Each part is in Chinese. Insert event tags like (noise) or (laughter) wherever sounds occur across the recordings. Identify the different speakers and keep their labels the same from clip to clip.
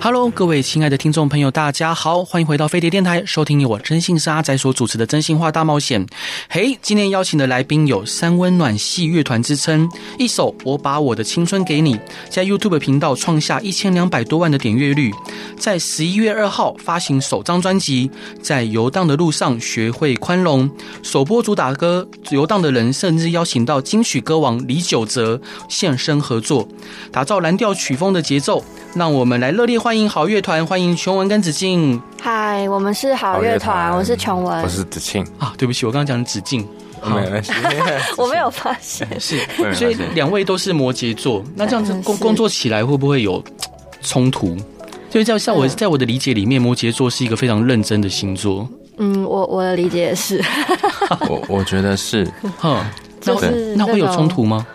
Speaker 1: Hello，各位亲爱的听众朋友，大家好，欢迎回到飞碟电台，收听由我真心是阿仔所主持的《真心话大冒险》。嘿，今天邀请的来宾有三温暖系乐团之称，一首《我把我的青春给你》在 YouTube 频道创下一千两百多万的点阅率，在十一月二号发行首张专辑《在游荡的路上学会宽容》，首播主打歌《游荡的人》，甚至邀请到金曲歌王李玖哲现身合作，打造蓝调曲风的节奏。让我们来热烈欢迎好乐团，欢迎琼文跟子敬
Speaker 2: 嗨，我们是好哦乐团，我是琼文
Speaker 3: 哦我，是子庆，
Speaker 1: 啊！对不起，我刚刚讲的子敬，好
Speaker 3: 没关系，
Speaker 2: (laughs) 我没有发现，
Speaker 1: 是
Speaker 3: 没关，系
Speaker 1: 所以两位都是摩羯座，那这样子工工作起来会不会有冲突？所以在在我
Speaker 2: 嗯
Speaker 1: 在我的理解里面，摩羯座是一个非常认真的星座，
Speaker 2: (laughs) 嗯，我我的理解是，
Speaker 3: (laughs) 我我觉
Speaker 2: (laughs)
Speaker 3: 得是，
Speaker 1: 哼，那
Speaker 2: 嗯就
Speaker 1: 会
Speaker 2: 是
Speaker 1: 那会有
Speaker 2: 种
Speaker 1: 冲突吗？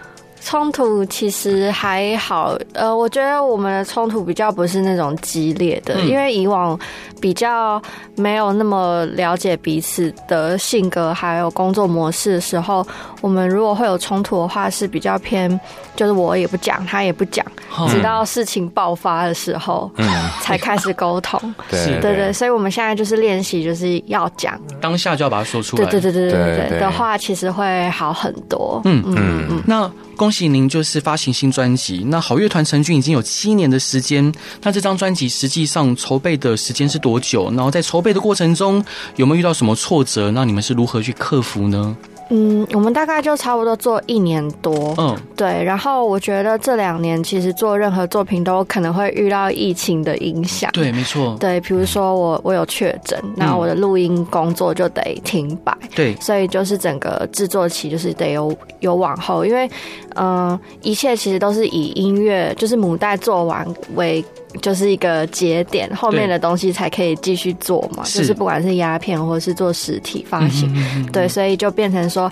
Speaker 2: 冲突其实还好，呃，我觉得我们的冲突比较不是那种激烈的，
Speaker 1: 嗯
Speaker 2: 因为以往比较没有那么了解彼此的性格还有工作模式的时候，我们如果会有冲突的话，是比较偏就是我也不讲，他也不讲，
Speaker 1: 哼
Speaker 2: 直到事情爆发的时候、
Speaker 3: 嗯，
Speaker 2: 才开始沟通。
Speaker 1: 是
Speaker 3: 对
Speaker 2: 对对，，所以我们现在就是练习，就是要讲，
Speaker 1: 当下就要把它说出
Speaker 2: 对
Speaker 1: 来。
Speaker 2: 嗯对对对
Speaker 3: 对
Speaker 2: 对对
Speaker 3: 对
Speaker 2: 的话，其实会好很多。
Speaker 1: 嗯
Speaker 2: 嗯嗯，
Speaker 1: 那恭喜您，就是发行新专辑。那好乐团成军已经有七年的时间，那这张专辑实际上筹备的时间是多久？然后在筹备的过程中，有没有遇到什么挫折？那你们是如何去克服呢？
Speaker 2: 嗯，我们大概就差不多做一年多，
Speaker 1: 嗯，
Speaker 2: 对。然后我觉得这两年其实做任何作品都可能会遇到疫情的影响。
Speaker 1: 对，没错，
Speaker 2: 对，比如说我我有确诊，那我的录音工作就得停摆，
Speaker 1: 对，
Speaker 2: 所以就是整个制作期就是得有有往后，因为嗯、呃一切其实都是以音乐就是母带做完为就是一个节点，后面的东西才可以继续做嘛，
Speaker 1: 是
Speaker 2: 就是不管是鸦片或是做实体发行，
Speaker 1: 嗯
Speaker 2: 对，所以就变成说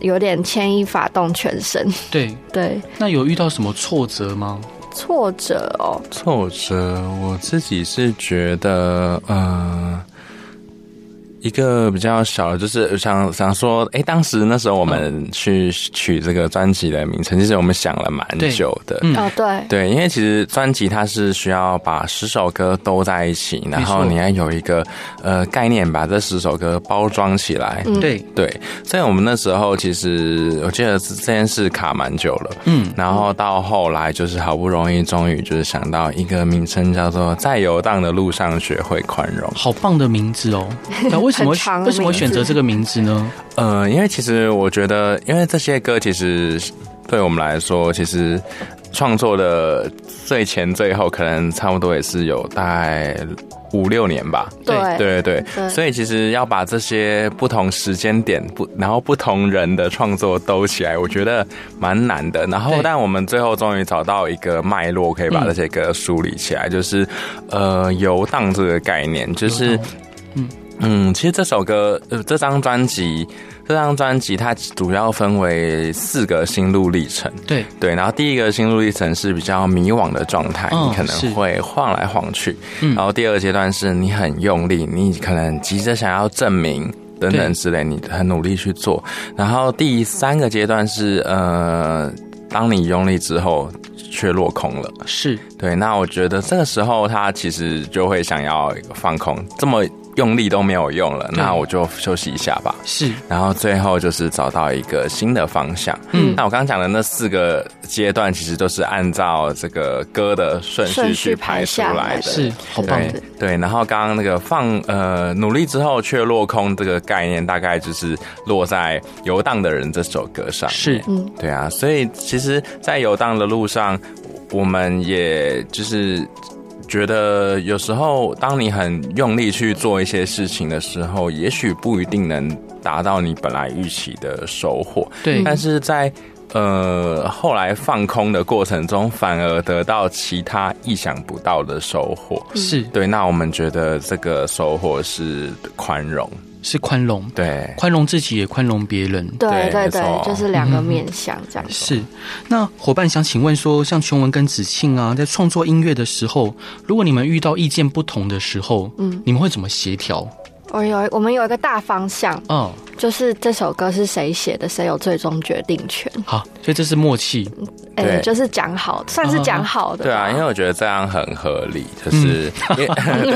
Speaker 2: 有点牵一发动全身， (laughs)
Speaker 1: 对。
Speaker 2: 对，
Speaker 1: 那有遇到什么挫折吗？
Speaker 2: 挫折哦，
Speaker 3: 挫折，我自己是觉得，呃，一个比较小的，就是想想说，哎、当时那时候我们去取这个专辑的名称，其实我们想了蛮
Speaker 1: 对
Speaker 3: 久的，
Speaker 1: 嗯
Speaker 2: 哦对，
Speaker 3: 对，因为其实专辑它是需要把十首歌都在一起，然后你要有一个呃概念，把这十首歌包装起来。
Speaker 2: 嗯
Speaker 1: 对，
Speaker 3: 对，所以我们那时候其实我记得这件事卡蛮久了，
Speaker 1: 嗯，
Speaker 3: 然后到后来就是好不容易，终于就是想到一个名称叫做“在游荡的路上学会宽容
Speaker 1: 好棒的名字哦！那为什
Speaker 2: (laughs)
Speaker 1: 么
Speaker 2: 很长的
Speaker 1: 为什么会选择这个名字呢？”。
Speaker 3: 呃，因为其实我觉得，因为这些歌其实对我们来说，其实创作的最前最后可能差不多也是有大概五六年吧。
Speaker 2: 对
Speaker 3: 对对
Speaker 2: 对
Speaker 3: 对，所以其实要把这些不同时间点不，然后不同人的创作兜起来，我觉得蛮难的。然后
Speaker 1: 对，
Speaker 3: 但我们最后终于找到一个脉络，可以把
Speaker 1: 嗯
Speaker 3: 这些歌梳理起来，就是呃，游荡这个概念，就是
Speaker 1: 游荡
Speaker 3: 嗯，其实这首歌呃，这张专辑。这张专辑它主要分为四个心路历程，
Speaker 1: 对，
Speaker 3: 对，然后第一个心路历程是比较迷惘的状态，
Speaker 1: 嗯
Speaker 3: 你可
Speaker 1: 是
Speaker 3: 能会晃来晃去。
Speaker 1: 嗯
Speaker 3: 然后第二个阶段是你很用力，你可能急着想要证明。等
Speaker 1: 对
Speaker 3: 等之类，你很努力去做。然后第三个阶段是，呃，当你用力之后却落空了。
Speaker 1: 是
Speaker 3: 对，那我觉得这个时候他其实就会想要放空，这么用力都没有用了，
Speaker 1: 对
Speaker 3: 那我就休息一下吧。
Speaker 1: 是，
Speaker 3: 然后最后就是找到一个新的方向。
Speaker 1: 嗯
Speaker 3: 嗯，那我刚刚讲的那四个阶段，其实都是按照这个歌的顺
Speaker 2: 顺
Speaker 3: 序
Speaker 2: 序
Speaker 3: 去
Speaker 2: 排
Speaker 3: 排出
Speaker 2: 下
Speaker 3: 来
Speaker 2: 来
Speaker 3: 的。
Speaker 2: 的
Speaker 1: 是好棒
Speaker 2: 对
Speaker 3: 对对，然后刚刚那个放呃努力之后却落空这个概念，大概就是落在《游荡的人》这首歌上。
Speaker 1: 是，
Speaker 2: 嗯，
Speaker 3: 对啊，所以其实，在游荡的路上，我们也就是觉得，有时候当你很用力去做一些事情的时候，也许不一定能达到你本来预期的收获，
Speaker 2: 嗯
Speaker 1: 对
Speaker 3: 但是在呃，后来放空的过程中，反而得到其他意想不到的收获。
Speaker 1: 是
Speaker 3: 对，那我们觉得这个收获是宽容，
Speaker 1: 是宽容，
Speaker 3: 对，
Speaker 1: 宽容自己也宽容别人。
Speaker 2: 对
Speaker 3: 对没
Speaker 2: 对
Speaker 3: 错
Speaker 2: 对，就是两个面向这样。
Speaker 1: 是，那伙伴想请问说，像琼文跟子庆啊，在创作音乐的时候，如果你们遇到意见不同的时候，嗯，你们会怎么协调？
Speaker 2: 我有我们有一个大方向，
Speaker 1: 嗯，
Speaker 2: 就是这首歌是谁写的，谁有最终决定权。
Speaker 1: 好，所以这是默契。
Speaker 2: 哎、
Speaker 3: 对
Speaker 2: 就是讲好，算是讲好的吧。
Speaker 3: 对啊，因为我觉得这样很合理，就是、
Speaker 1: 嗯 (laughs)
Speaker 3: 因为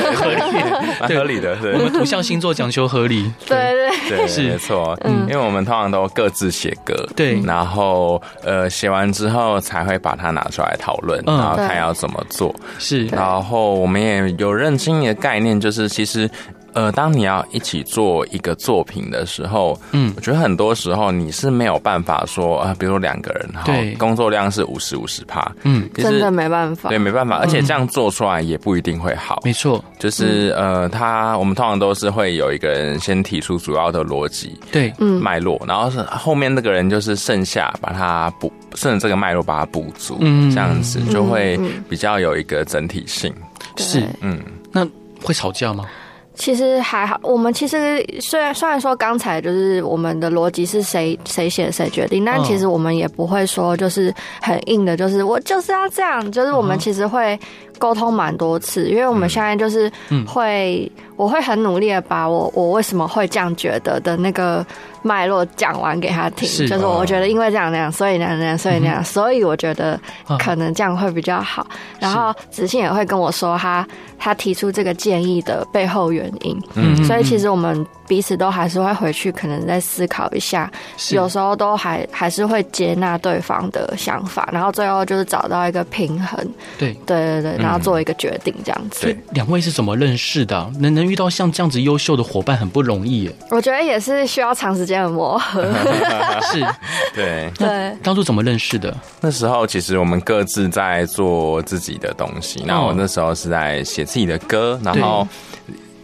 Speaker 3: 对合理，蛮合理的，
Speaker 1: 我们
Speaker 3: 对。
Speaker 1: 图像星座讲求合理，
Speaker 2: 对对对
Speaker 3: 对，啊
Speaker 1: 是嗯
Speaker 3: 没错，因为我们通常都各自写歌，
Speaker 1: 对
Speaker 3: 然后呃写完之后才会把它拿出来讨论，
Speaker 1: 嗯
Speaker 3: 然后看
Speaker 2: 对
Speaker 3: 要怎么做。
Speaker 1: 是
Speaker 3: 然后我们也有认清一个概念，就是其实。呃，当你要一起做一个作品的时候，
Speaker 1: 嗯
Speaker 3: 我觉得很多时候你是没有办法说啊、比如说两个人，好
Speaker 1: 对，
Speaker 3: 工作量是五十五十趴，
Speaker 1: 嗯，
Speaker 3: 其实
Speaker 2: 真的没办法嗯
Speaker 3: 对，。没办法，而且这样做出来也不一定会好。
Speaker 1: 没错，
Speaker 3: 就是
Speaker 2: 嗯
Speaker 3: 呃，他我们通常都是会有一个人先提出主要的逻辑
Speaker 1: 对，
Speaker 2: 嗯
Speaker 3: 脉络，然后是后面那个人就是剩下把它补，顺着这个脉络把它补足，
Speaker 1: 嗯
Speaker 3: 这样子就会
Speaker 2: 嗯嗯
Speaker 3: 比较有一个整体性。
Speaker 2: 对
Speaker 1: 是
Speaker 3: 嗯，
Speaker 1: 那会吵架吗？
Speaker 2: 其实还好，我们其实虽然虽然说刚才就是我们的逻辑是谁谁写谁决定，但
Speaker 1: 嗯
Speaker 2: 其实我们也不会说就是很硬的，就是我就是要这样，就是我
Speaker 1: 嗯
Speaker 2: 们
Speaker 1: 哼
Speaker 2: 其实会沟通蛮多次，因为我们现在就是
Speaker 1: 嗯
Speaker 2: 会，我会很努力的把我我为什么会这样觉得的那个脉络讲完给他听，
Speaker 1: 是
Speaker 2: 就是我觉得因为这样那样，所以那样那样，所以那样，所以我觉得
Speaker 1: 啊
Speaker 2: 可能这样会比较好。然后子信也会跟我说他他提出这个建议的背后原因，
Speaker 1: 嗯
Speaker 2: 所以其实我们彼此都还是会回去，可能再思考一下，
Speaker 1: 嗯是
Speaker 2: 有时候都还还是会接纳对方的想法，然后最后就是找到一个平衡，
Speaker 1: 对。
Speaker 2: 对对
Speaker 1: 嗯
Speaker 2: 对，然后做一个决定这样子。
Speaker 3: 对
Speaker 1: 两位是怎么认识的啊、能能遇到像这样子优秀的伙伴很不容
Speaker 3: (laughs)
Speaker 1: 易耶。
Speaker 2: 我觉得也是需要长时间的
Speaker 1: (laughs)
Speaker 2: 磨合，
Speaker 1: 是，
Speaker 3: 对，
Speaker 2: 对。
Speaker 1: 当初怎么认识的？
Speaker 3: 那时候其实我们各自在做自己的东
Speaker 2: 嗯
Speaker 3: 西，那我那时候是在写自己的歌，然后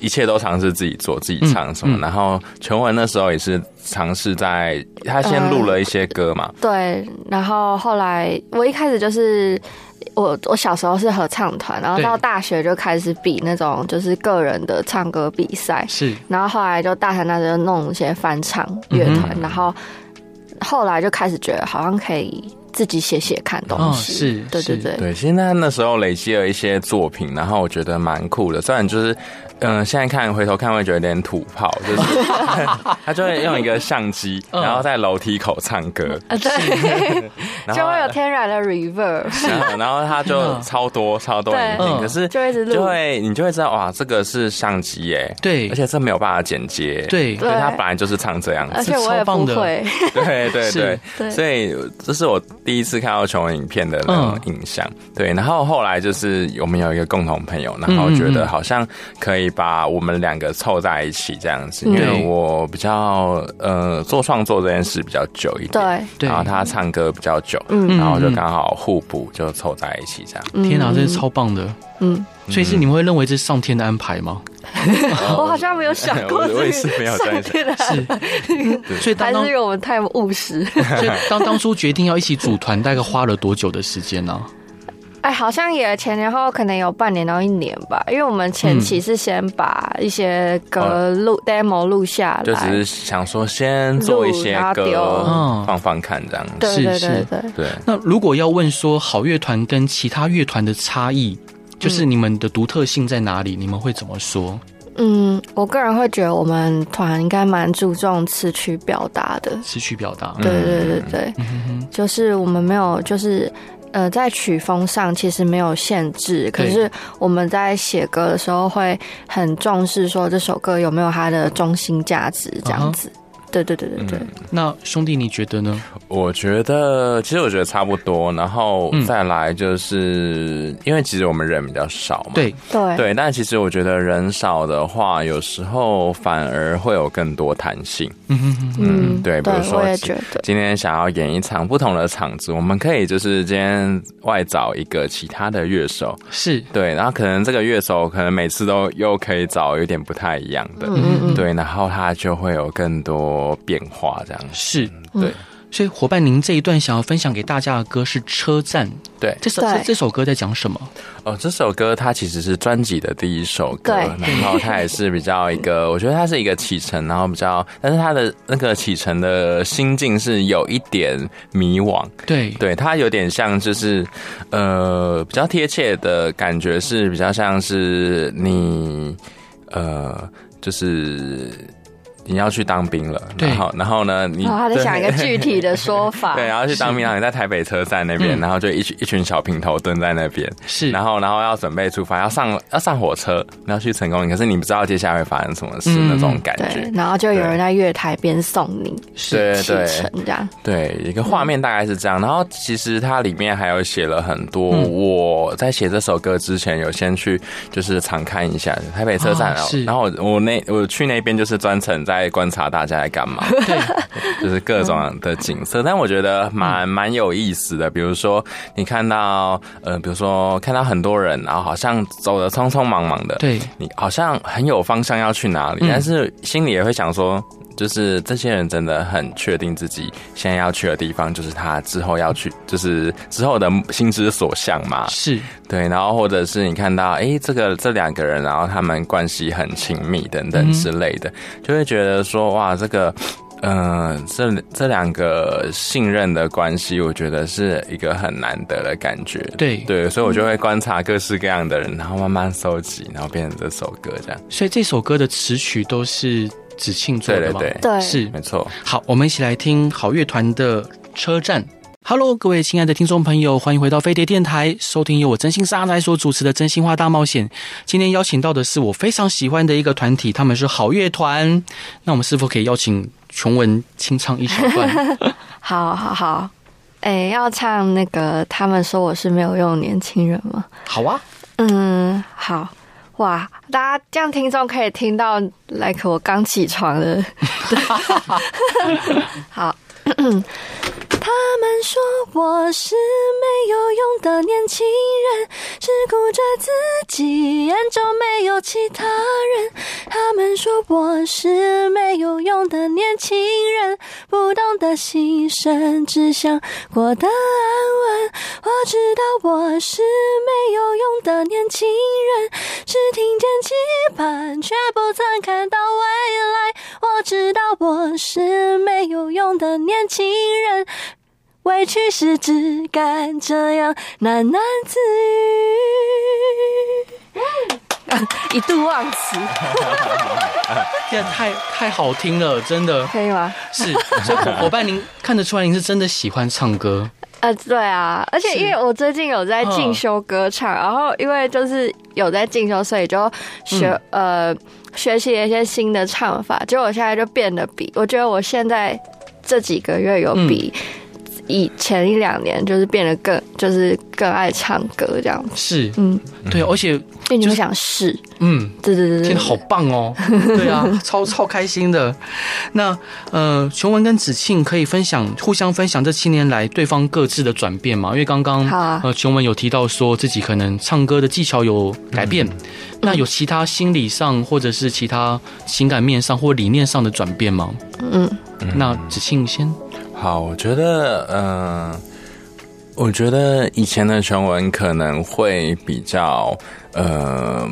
Speaker 3: 一切都尝试自己做、自己唱什么。
Speaker 1: 嗯嗯
Speaker 3: 然后全文那时候也是尝试在他先录了一些歌嘛，
Speaker 2: 对，然后后来我一开始就是我我小时候是合唱团，然后
Speaker 1: 对
Speaker 2: 到大学就开始比那种就是个人的唱歌比赛，
Speaker 1: 是
Speaker 2: 然后后来就大三大四就弄一些翻唱乐
Speaker 1: 嗯
Speaker 2: 团，然后后来就开始觉得好像可以自己写写看东西，
Speaker 1: 哦是
Speaker 2: 对对
Speaker 1: 是
Speaker 2: 对，
Speaker 3: 对，现在那时候累积了一些作品，然后我觉得蛮酷的。虽然就是，嗯、现在看回头看会觉得有点土炮，就是 (laughs) 他就会用一个相机，
Speaker 1: 嗯
Speaker 3: 然后在楼梯口唱歌，
Speaker 2: 啊对， (laughs)
Speaker 3: 然
Speaker 2: 就
Speaker 3: 后
Speaker 2: 会有天然的 reverb，
Speaker 3: 是啊，然后他就
Speaker 1: 嗯
Speaker 3: 超多超多
Speaker 2: 对
Speaker 3: 影片，
Speaker 1: 嗯
Speaker 3: 可是
Speaker 2: 就一直录
Speaker 3: 就会你就会知道哇，这个是相机耶，
Speaker 1: 对
Speaker 3: 而且这没有办法剪接，
Speaker 1: 对
Speaker 3: 所以他本来就是唱
Speaker 1: (laughs)
Speaker 3: 这样
Speaker 2: 而
Speaker 3: 子，
Speaker 2: 且我也
Speaker 1: 超棒
Speaker 2: 不
Speaker 1: 的
Speaker 2: 会，
Speaker 3: 对对
Speaker 1: 是
Speaker 3: 对，
Speaker 2: 对
Speaker 3: 所以这是我第一次看到琼文影片的那种
Speaker 1: 嗯
Speaker 3: 印象，对，然后后来就是我们有一个共同朋友，然后觉
Speaker 1: 嗯嗯
Speaker 3: 得好像可以把我们两个凑在一起这样子，因
Speaker 1: 对
Speaker 3: 为我比较呃做创作这件事比较久一点，
Speaker 2: 对，
Speaker 1: 对
Speaker 3: 然后他唱歌比较久，
Speaker 2: 嗯
Speaker 3: 然后就
Speaker 1: 嗯嗯
Speaker 3: 刚好互补，就凑在一起这样。
Speaker 1: 天哪，这是超棒的。
Speaker 2: 嗯，
Speaker 1: 所以是你们会认为这是上天的安排吗？
Speaker 2: 我好像没有想过
Speaker 3: (laughs) 我
Speaker 2: 这
Speaker 3: 我
Speaker 2: 个
Speaker 3: 也是没有这样
Speaker 2: 上
Speaker 3: 想
Speaker 2: 天的
Speaker 1: 是，
Speaker 2: (laughs)
Speaker 1: 所以
Speaker 2: 嗯
Speaker 1: 当
Speaker 2: 还是
Speaker 1: 当
Speaker 2: 因为我们太务实。
Speaker 1: 所以当当初决定要一起组团，大概花了多久的时间呢、
Speaker 2: 哎，好像也前前后后可能有半年到一年吧，因为我们前期是先把一些歌录、demo 录下
Speaker 3: 嗯就只
Speaker 2: 来
Speaker 3: 是，想说先做一些
Speaker 2: 录然后
Speaker 3: 歌
Speaker 2: 丢
Speaker 1: 嗯
Speaker 3: 放放看这样子，
Speaker 2: 对对
Speaker 1: 是
Speaker 2: 对对。
Speaker 3: 对，
Speaker 1: 那如果要问说好乐团跟其他乐团的差异，就是你们的独特性在哪里？你们会怎么说？
Speaker 2: 嗯，我个人会觉得我们团应该蛮注重词曲表达的，
Speaker 1: 词曲表
Speaker 3: 嗯
Speaker 1: 达，
Speaker 2: 对对对对，就是我们没有就是。呃，在曲风上其实没有限制，可
Speaker 1: 对
Speaker 2: 是我们在写歌的时候会很重视说这首歌有没有它的中心价值
Speaker 1: 嗯
Speaker 2: 这
Speaker 1: 哼
Speaker 2: 样子。对对对对对，
Speaker 3: 嗯
Speaker 1: 那兄弟你觉得呢？
Speaker 3: 我觉得其实我觉得差不多，然后
Speaker 1: 嗯
Speaker 3: 再来就是、因为其实我们人比较少嘛，
Speaker 1: 对，
Speaker 2: 对
Speaker 3: 对，但其实我觉得人少的话，有时候反而会有更多弹性。
Speaker 1: 嗯哼哼，
Speaker 2: 嗯
Speaker 3: 对比如说
Speaker 2: 我也觉得，
Speaker 3: 今天想要演一场不同的场子，我们可以就是今天外找一个其他的乐手，
Speaker 1: 嗯是
Speaker 3: 对，然后可能这个乐手可能每次都又可以找有点不太一样的，
Speaker 2: 嗯嗯嗯，
Speaker 3: 对，然后它就会有更多变化这样子。
Speaker 2: 嗯
Speaker 1: 是，
Speaker 3: 对，
Speaker 1: 所以伙伴，您这一段想要分享给大家的歌是《车站》，
Speaker 3: 对
Speaker 1: 这首
Speaker 2: 对
Speaker 1: 这这首歌在讲什么？
Speaker 3: 哦，这首歌它其实是专辑的第一首歌，
Speaker 2: 对
Speaker 3: 然后它也是比较一个，我觉得它是一个启程，然后比较，但是它的那个启程的心境是有一点迷惘，
Speaker 1: 对
Speaker 3: 对，它有点像就是，呃，比较贴切的感觉是比较像是你，呃，就是你要去当兵了，
Speaker 1: 对
Speaker 3: 然后然后呢，你
Speaker 2: 然后他在想一个具体的说 (laughs) 法，
Speaker 3: 对，然后去当兵，然后你在台北车站那边，
Speaker 1: 嗯
Speaker 3: 然后就一群一群小平头蹲在那边，
Speaker 1: 是，
Speaker 3: 然后然后要准备出发，要上要上火车，然后去成功营，可是你不知道接下来会发生什么事
Speaker 1: 嗯
Speaker 3: 那种感觉
Speaker 2: 对，，然后就有人在月台边送你
Speaker 1: 是
Speaker 3: 对
Speaker 2: 启
Speaker 3: 对
Speaker 2: 程这样，
Speaker 3: 对，一个画面大概是这样。然后其实它里面还有写了很多，
Speaker 1: 嗯
Speaker 3: 我在写这首歌之前有先去就是常看一下台北车站
Speaker 1: 哦是
Speaker 3: 然后我我那我去那边就是专程在观察大家在干嘛， (laughs)
Speaker 1: 对，
Speaker 3: 就是各种的景色，但我觉得
Speaker 1: 嗯
Speaker 3: 蛮蛮有意思的。比如说，你看到呃，比如说看到很多人，然后好像走的匆匆忙忙的，
Speaker 1: 对，
Speaker 3: 你好像很有方向要去哪里，
Speaker 1: 嗯
Speaker 3: 但是心里也会想说，就是这些人真的很确定自己现在要去的地方，就是他之后要去，就是之后的心之所向嘛。
Speaker 1: 是，
Speaker 3: 对，然后或者是你看到，诶，这个这两个人，然后他们关系很亲密等
Speaker 1: 嗯
Speaker 3: 等之类的，就会觉得说，哇，这个，呃，这这两个信任的关系，我觉得是一个很难得的感觉。
Speaker 1: 对
Speaker 3: 对，所以我就会观察各式各样的人，然后慢慢收集，然后变成这首歌这样。
Speaker 1: 所以这首歌的词曲都是子庆做
Speaker 3: 对
Speaker 1: 的
Speaker 3: 对
Speaker 1: 吗？
Speaker 3: 对，
Speaker 2: 对，
Speaker 1: 是，
Speaker 3: 没错。
Speaker 1: 好，我们一起来听好乐团的《车站》。Hello，各位亲爱的听众朋友，欢迎回到飞碟电台，收听由我真心沙来所主持的《真心话大冒险》。今天邀请到的是我非常喜欢的一个团体，他们是好乐团。那我们是否可以邀请琼文清唱一小
Speaker 2: (laughs)
Speaker 1: 段？
Speaker 2: 好好好，哎，要唱那个他们说我是没有用的年轻人吗？
Speaker 1: 好啊，
Speaker 2: 嗯，好哇，大家这样听众可以听到，like 我刚起床的，好。他们说我是没有用的年轻人，只顾着自己，眼中没有其他人。他们说我是没有用的年轻人，不懂得牺牲，只想过得安稳。我知道我是没有用的年轻人，只听见期盼，却不曾看到未来。我知道我是没有用的年轻人，委屈是只敢这样喃喃自语。一度忘词，
Speaker 1: 这太太好听了，真的
Speaker 2: 可以吗？ (laughs)
Speaker 1: 是。所以伙伙伴，您看得出来，您是真的喜欢唱歌。
Speaker 2: 呃，对啊，而且
Speaker 1: 是
Speaker 2: 因为我最近有在进修歌唱，然后因为就是有在进修，所以就学、呃学习了一些新的唱法。结果我现在就变得比，我觉得我现在这几个月有比以前一两年就是变得更就是更爱唱歌这样子。
Speaker 1: 是，
Speaker 2: 嗯，
Speaker 1: 对，而且，
Speaker 2: 因为你
Speaker 1: 就
Speaker 2: 们
Speaker 1: 是
Speaker 2: 想试，
Speaker 1: 嗯，
Speaker 2: 对对对对
Speaker 1: 天，
Speaker 2: 对，
Speaker 1: 好棒
Speaker 2: (laughs)
Speaker 1: 哦！对啊，超超开心的。那呃，琼文跟子庆可以分享，互相分享这七年来对方各自的转变嘛？因为刚刚、
Speaker 2: 好啊
Speaker 1: 呃，琼文有提到说自己可能唱歌的技巧有改变，
Speaker 2: 嗯
Speaker 1: 那有其他心理上或者是其他情感面上或理念上的转变吗？
Speaker 2: 嗯，
Speaker 1: 那子庆先，
Speaker 3: 好，我觉得，嗯、我觉得以前的全文可能会比较，呃，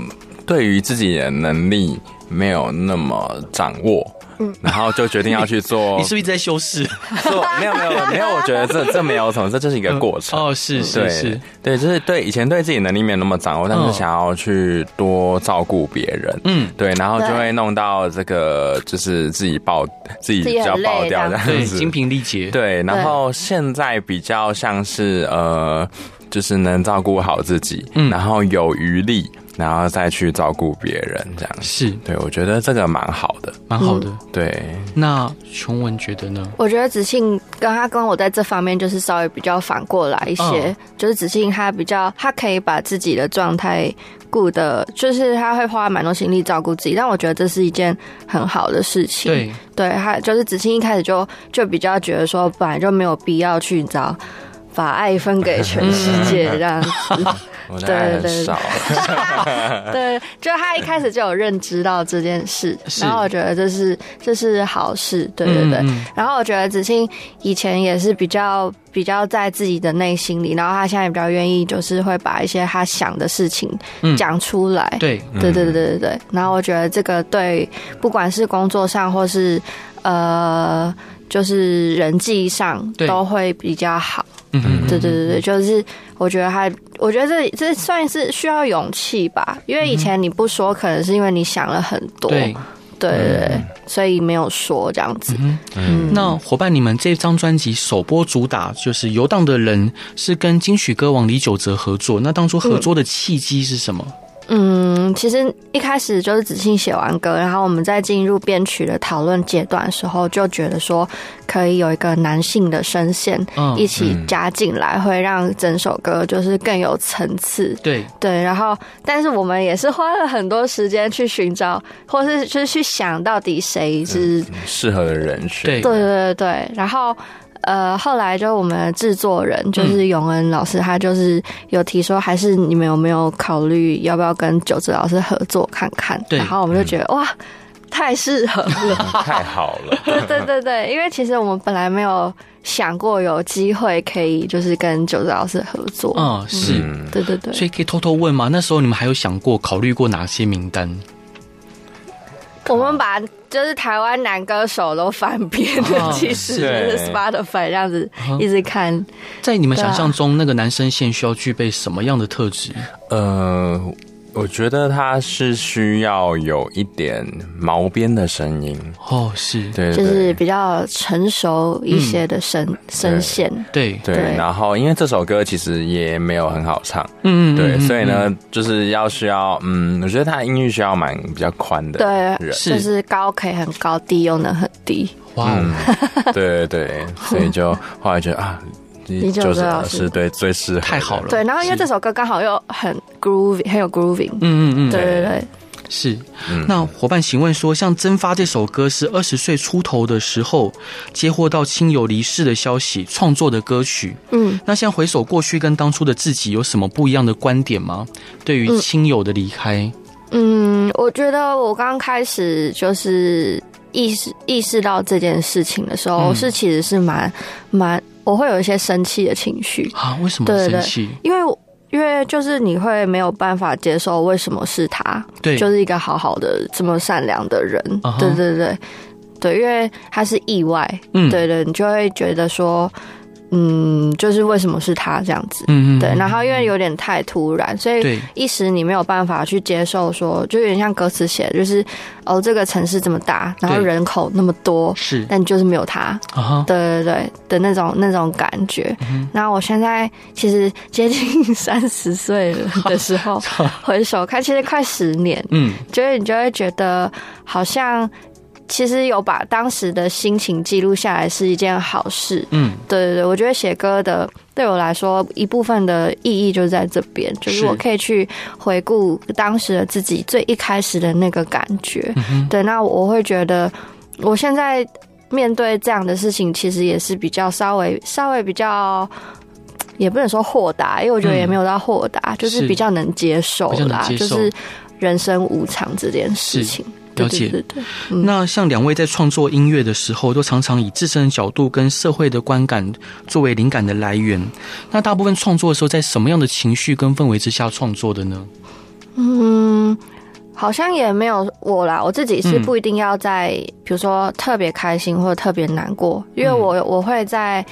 Speaker 3: 对于自己的能力没有那么掌握。
Speaker 2: 嗯
Speaker 3: 然后就决定要去
Speaker 2: (laughs)
Speaker 3: 做
Speaker 1: 你是不是一直在修饰？
Speaker 3: 做， (laughs) 没有没有没有，我觉得这这没有什么，这就是一
Speaker 2: 嗯
Speaker 3: 个过程。
Speaker 1: 哦，是是
Speaker 3: 对
Speaker 1: 是，
Speaker 3: 对， (laughs) 就是对以前对自己能力没有那么掌握，但
Speaker 1: 嗯
Speaker 3: 是想要去多照顾别人，
Speaker 1: 嗯，
Speaker 3: 对，然后就
Speaker 2: 对
Speaker 3: 会弄到这个就是自己爆自己
Speaker 2: 自
Speaker 3: 比
Speaker 2: 己很
Speaker 3: 较爆
Speaker 2: 累
Speaker 3: 掉
Speaker 2: 这
Speaker 3: 这
Speaker 2: 样
Speaker 1: 对，
Speaker 3: 样子，
Speaker 1: 精疲力竭，
Speaker 3: 对，然后现在比较像是呃，就是能照顾好自己，
Speaker 1: 嗯
Speaker 3: 然后有余力，然后再去照顾别人这样。
Speaker 1: 是
Speaker 3: 对，我觉得这个蛮好的。
Speaker 1: 蛮好的。
Speaker 2: 嗯
Speaker 3: 对，
Speaker 1: 那琼文觉得呢？
Speaker 2: 我觉得子庆跟他跟我在这方面就是稍微比较反过来一些，
Speaker 1: 嗯
Speaker 2: 就是子庆他比较他可以把自己的状态顾的，就是他会花蛮多心力照顾自己，但我觉得这是一件很好的事情。
Speaker 1: 对，
Speaker 2: 对，他就是子庆一开始就就比较觉得说本来就没有必要去你知道把爱分给全世界
Speaker 1: (laughs)
Speaker 2: 这样子。 (laughs)
Speaker 3: 我的爱很少，
Speaker 2: 对，就他一开始就有认知到这件事，
Speaker 1: 是
Speaker 2: 然后我觉得这是这是好事，对对对。
Speaker 1: 嗯
Speaker 2: 然后我觉得子庆以前也是比较比较在自己的内心里，然后他现在也比较愿意，就是会把一些他想的事情
Speaker 1: 嗯
Speaker 2: 讲出来。
Speaker 1: 对，
Speaker 2: 对对对对对对。然后我觉得这个对，不管是工作上或是呃，就是人际上
Speaker 1: 对
Speaker 2: 都会比较好。
Speaker 1: 嗯哼
Speaker 2: 对对对对，就是我觉得他，我觉得这这算是需要勇气吧，因为以前你不说，可能是因为你想了很
Speaker 1: 嗯
Speaker 2: 多，
Speaker 1: 对。嗯
Speaker 2: 对对对，所以没有说这样子。嗯，
Speaker 1: 那伙伴，你们这张专辑首播主打就是《游荡的人》，是跟金曲歌王李玖哲合作。那当初合作的契机是什么？
Speaker 2: 嗯，其实一开始就是子庆写完歌，然后我们在进入编曲的讨论阶段的时候，就觉得说可以有一个男性的声线
Speaker 1: 嗯
Speaker 2: 一起加进来，会让整首歌就是更有层次。
Speaker 1: 对，
Speaker 2: 对，然后但是我们也是花了很多时间去寻找，或是就是去想到底谁是
Speaker 3: 适合的人
Speaker 1: 对
Speaker 3: 选。
Speaker 2: 对对对对，然后。呃，后来就我们的制作人就是永恩老师，他就是有提说，还是你们有没有考虑要不要跟九子老师合作看看？
Speaker 1: 对嗯
Speaker 2: 然后我们就觉得、哇，太适合
Speaker 1: (laughs)
Speaker 2: 了。
Speaker 3: 太好了，
Speaker 2: 对对对，因为其实我们本来没有想过有机会可以就是跟九子老师合作。
Speaker 1: 嗯，是。
Speaker 3: 嗯，
Speaker 2: 对对对，
Speaker 1: 所以可以偷偷问吗？那时候你们还有想过、考虑过哪些名单？
Speaker 2: 我们把就是台湾男歌手都翻遍了，
Speaker 1: 哦
Speaker 2: 其实就是 Spotify 这样子
Speaker 1: 嗯哼
Speaker 2: 一直看。
Speaker 1: 在你们
Speaker 2: 对啊
Speaker 1: 想象中，那个男生线需要具备什么样的特质？
Speaker 3: 呃，我觉得他是需要有一点毛边的声音，
Speaker 1: 哦，是
Speaker 3: 对，对
Speaker 2: 就是
Speaker 3: 对
Speaker 2: 比较成熟一些的声、声线。
Speaker 1: 对，
Speaker 3: 对
Speaker 2: 对
Speaker 3: 然后因为这首歌其实也没有很好唱，
Speaker 1: 嗯
Speaker 3: 对，所以，呢，就是要需要，嗯，我觉得他的音域需要蛮比较宽的
Speaker 2: 对
Speaker 3: 人，
Speaker 1: 是
Speaker 2: 就是高可以很高，低又能很低。
Speaker 1: 哇哦，
Speaker 3: (laughs) 对对对，所以就后来觉得啊，
Speaker 2: 你就
Speaker 3: 就是
Speaker 2: 知道是
Speaker 3: 是对最适合的，
Speaker 1: 太好了，
Speaker 2: 对，然后因为这首歌刚好又很 groovy，很有 grooving、
Speaker 1: 嗯嗯嗯，
Speaker 2: 对对对，
Speaker 1: 是，那伙伴，请问说，像《蒸发》这首歌是二十岁出头的时候接获到亲友离世的消息创作的歌曲。
Speaker 2: 嗯，
Speaker 1: 那现在回首过去，跟当初的自己有什么不一样的观点吗？对于亲友的离开，
Speaker 2: 嗯，我觉得我刚开始就是意识意识到这件事情的时候，
Speaker 1: 嗯
Speaker 2: 是其实是蛮蛮，我会有一些生气的情绪，
Speaker 1: 啊，为什么
Speaker 2: 对对
Speaker 1: 生气？
Speaker 2: 因为我因为就是你会没有办法接受为什么是他，
Speaker 1: 对，
Speaker 2: 就是一个好好的、这么善良的人。
Speaker 1: 啊哈
Speaker 2: 对对对，对，因为他是意外，
Speaker 1: 嗯
Speaker 2: 对对，你就会觉得说，嗯，就是为什么是他这样子？
Speaker 1: 嗯嗯，
Speaker 2: 对，然
Speaker 1: 后
Speaker 2: 后因为有点太突然，所以
Speaker 1: 对
Speaker 2: 一时你没有办法去接受说就有点像歌词写的，就是哦，这个城市这么大，然后
Speaker 1: 对
Speaker 2: 人口那么多。
Speaker 1: 是
Speaker 2: 但就是没有他，
Speaker 1: 啊哈，
Speaker 2: 对对对的那种那种感觉。
Speaker 1: 嗯
Speaker 2: 然后我现在其实接近三十岁了的时
Speaker 1: (laughs)
Speaker 2: 候，回首看，其实快十年，
Speaker 1: 嗯，
Speaker 2: 就是你就会觉得好像其实有把当时的心情记录下来是一件好事。
Speaker 1: 嗯，
Speaker 2: 对对对，我觉得写歌的对我来说一部分的意义就在这边，就是
Speaker 1: 是
Speaker 2: 我可以去回顾当时的自己最一开始的那个感觉。
Speaker 1: 嗯
Speaker 2: 对，那我会觉得我现在面对这样的事情，其实也是比较稍微稍微比较。也不能说豁达，因为我觉得也没有到豁达，就是
Speaker 1: 嗯是
Speaker 2: 比较能接受
Speaker 1: 比较能
Speaker 2: 啦，
Speaker 1: 接
Speaker 2: 就
Speaker 1: 受
Speaker 2: 是人生无常这件
Speaker 1: 是
Speaker 2: 事情。对
Speaker 1: 了
Speaker 2: 对
Speaker 1: 解。
Speaker 2: 对对，
Speaker 1: 那像两位在创作音乐的时候，都常常以自身的角度跟社会的观感作为灵感的来源。那大部分创作的时候，在什么样的情绪跟氛围之下创作的呢？
Speaker 2: 嗯，好像也没有我啦，我自己是不一定要在，比如说特别开心或者特别难过，因为我我会在。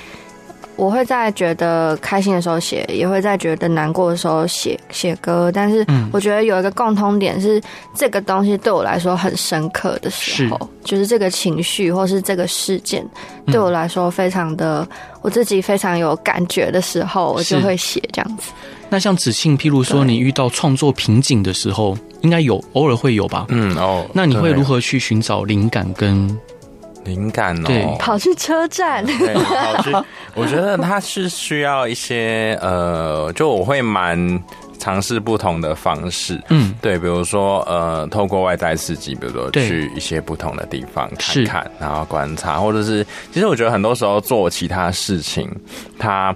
Speaker 2: 我会在觉得开心的时候写，也会在觉得难过的时候写写歌，但是
Speaker 1: 嗯
Speaker 2: 我觉得有一个共通点是，这个东西对我来说很深刻的时候，就是这个情绪或是这个事件嗯对我来说非常的，我自己非常有感觉的时候，我就是会写这样子。
Speaker 1: 那像子庆，譬如说
Speaker 2: 对
Speaker 1: 你遇到创作瓶颈的时候，应该有偶尔会有吧？
Speaker 3: 嗯哦，
Speaker 1: 那你会
Speaker 3: 对
Speaker 1: 如何去寻找灵感跟
Speaker 3: 灵感哦？
Speaker 1: 对
Speaker 2: 跑去车站，
Speaker 3: 对，跑去，我觉得他是需要一些呃，就我会蛮尝试不同的方式，
Speaker 1: 嗯
Speaker 3: 对，比如说呃，透过外在刺激，比如说
Speaker 1: 对
Speaker 3: 去一些不同的地方
Speaker 1: 是
Speaker 3: 看看，然后观察，或者是其实我觉得很多时候做其他事情，它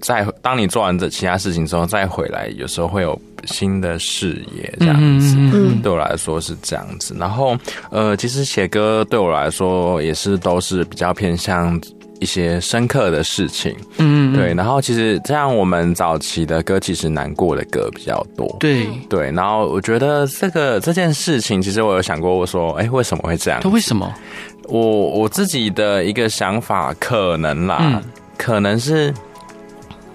Speaker 3: 再当你做完这其他事情之后再回来，有时候会有新的视野这样子。
Speaker 2: 嗯
Speaker 3: 对我来说是这样子。然后呃，其实写歌对我来说也是都是比较偏向。一些深刻的事情，
Speaker 1: 嗯，
Speaker 3: 对，然后其实这样，我们早期的歌其实难过的歌比较多，
Speaker 1: 对，
Speaker 3: 对，然后我觉得这个这件事情，其实我有想过，我说，哎，为什么会这样
Speaker 1: 他？为什么？
Speaker 3: 我我自己的一个想法，可能啦，
Speaker 1: 嗯
Speaker 3: 可能是，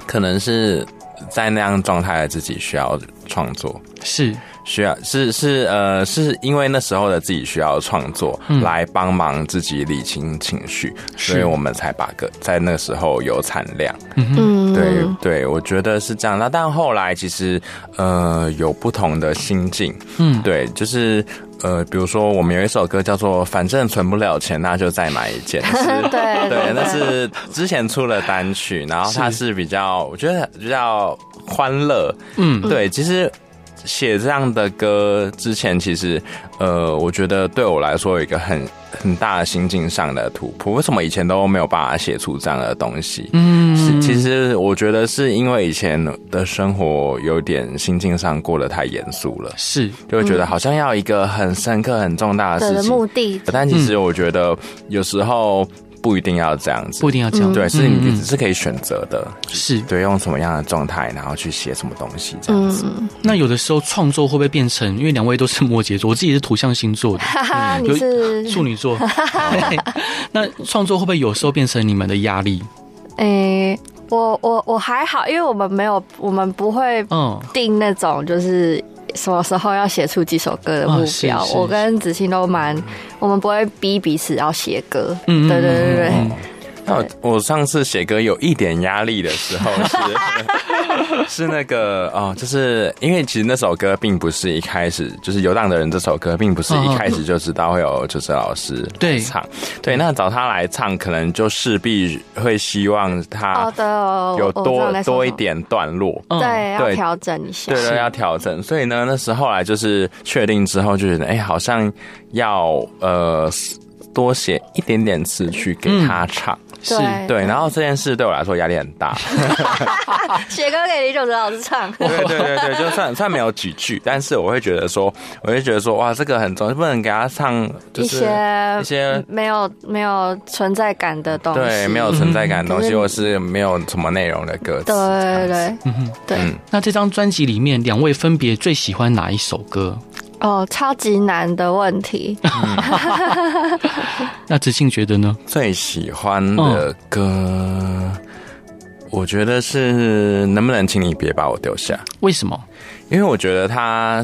Speaker 3: 可能是在那样状态的自己需要创作，
Speaker 1: 是
Speaker 3: 需要是是呃，是因为那时候的自己需要创作、
Speaker 1: 嗯
Speaker 3: 来帮忙自己理清情绪，
Speaker 1: 是
Speaker 3: 所以我们才把歌在那个时候有产量。
Speaker 2: 嗯，
Speaker 3: 对对，我觉得是这样。那但后来其实呃有不同的心境，
Speaker 1: 嗯
Speaker 3: 对，就是呃，比如说我们有一首歌叫做《反正存不了钱，那就再买一件》
Speaker 2: (laughs)
Speaker 3: 是。
Speaker 2: 对
Speaker 3: 嗯对，那是之前出了单曲，然后它是比较，我觉得比较欢乐。
Speaker 1: 嗯
Speaker 3: 对，其实写这样的歌之前，其实呃，我觉得对我来说有一个很很大的心境上的突破。为什么以前都没有办法写出这样的东西？是，
Speaker 1: 嗯，
Speaker 3: 其实我觉得是因为以前的生活有点心境上过得太严肃了，
Speaker 1: 是
Speaker 3: 就会觉得好像要一个很深刻、很重大的
Speaker 2: 的
Speaker 3: 事
Speaker 2: 目
Speaker 3: 情。
Speaker 2: 的，
Speaker 3: 但其实我觉得有时候不一定要这样子
Speaker 1: 不一，定要这样，
Speaker 3: 对，是
Speaker 1: 嗯
Speaker 3: 你
Speaker 1: 嗯
Speaker 3: 是可以选择的，
Speaker 1: 是。
Speaker 3: 对，用什么样的状态，然后去写什么东西这样子。
Speaker 2: 嗯，
Speaker 1: 那有的时候创作会不会变成？因为两位都是摩羯座，我自己是土象星座的，
Speaker 2: 哈啊哈，
Speaker 1: 有
Speaker 2: 你是
Speaker 1: 处女 (laughs) 座。对那创作会不会有时候变成你们的压力？
Speaker 2: 诶，我我我还好，因为我们没有，我们不会
Speaker 1: 嗯，
Speaker 2: 定那种就是什么时候要写出几首歌的目标。
Speaker 1: 啊是是
Speaker 2: 我跟子欣都蛮，我们不会逼彼此要写歌。
Speaker 1: 嗯嗯
Speaker 2: 对对对对，
Speaker 3: 那我我上次写歌有一点压力的
Speaker 2: (laughs)
Speaker 3: 时候是是那个哦，就是因为其实那首歌并不是一开始就是《游荡的人》这首歌并不是一开始就知道会有就是老师
Speaker 1: 对
Speaker 3: 唱，对，那找他来唱可能就势必会希望他
Speaker 2: 好的哦，
Speaker 3: 啊有
Speaker 2: 我我知道
Speaker 3: 多
Speaker 2: 那首
Speaker 3: 多一
Speaker 2: 什么，
Speaker 3: 点段落。
Speaker 1: 嗯
Speaker 2: 对，要
Speaker 3: 对
Speaker 2: 调整一下
Speaker 3: 对。对，要调整。所以呢，那时候后来就是确定之后，就觉得哎、好像要呃多写一点点词去给他唱。
Speaker 1: 是
Speaker 2: 对
Speaker 3: 对，然后这件事对我来说压力很
Speaker 2: (laughs)
Speaker 3: 大。
Speaker 2: 写歌给李玖哲老师唱。
Speaker 3: 对对对对，就算算没有几句，但是我会觉得说，我会觉得说，哇，这个很重要，不能给他唱就
Speaker 2: 一
Speaker 3: 是
Speaker 2: 些呃
Speaker 3: 一些
Speaker 2: 没有没有存在感的东西，
Speaker 3: 对没有存在感的东
Speaker 2: 就
Speaker 3: 西，
Speaker 2: 是
Speaker 3: 或是没有什么内容的歌词。
Speaker 2: 嗯对
Speaker 3: 这
Speaker 2: 对
Speaker 3: 样子
Speaker 2: 对
Speaker 1: 哼
Speaker 2: 对
Speaker 3: 嗯
Speaker 1: 那这张专辑里面，两位分别最喜欢哪一首歌？
Speaker 2: 哦，超级难的问
Speaker 1: (laughs)
Speaker 2: 题，
Speaker 1: 那子信觉得呢？
Speaker 3: 最喜欢的歌，我觉得是能不能请你别把我丢下。
Speaker 1: 为什么？
Speaker 3: 因为我觉得它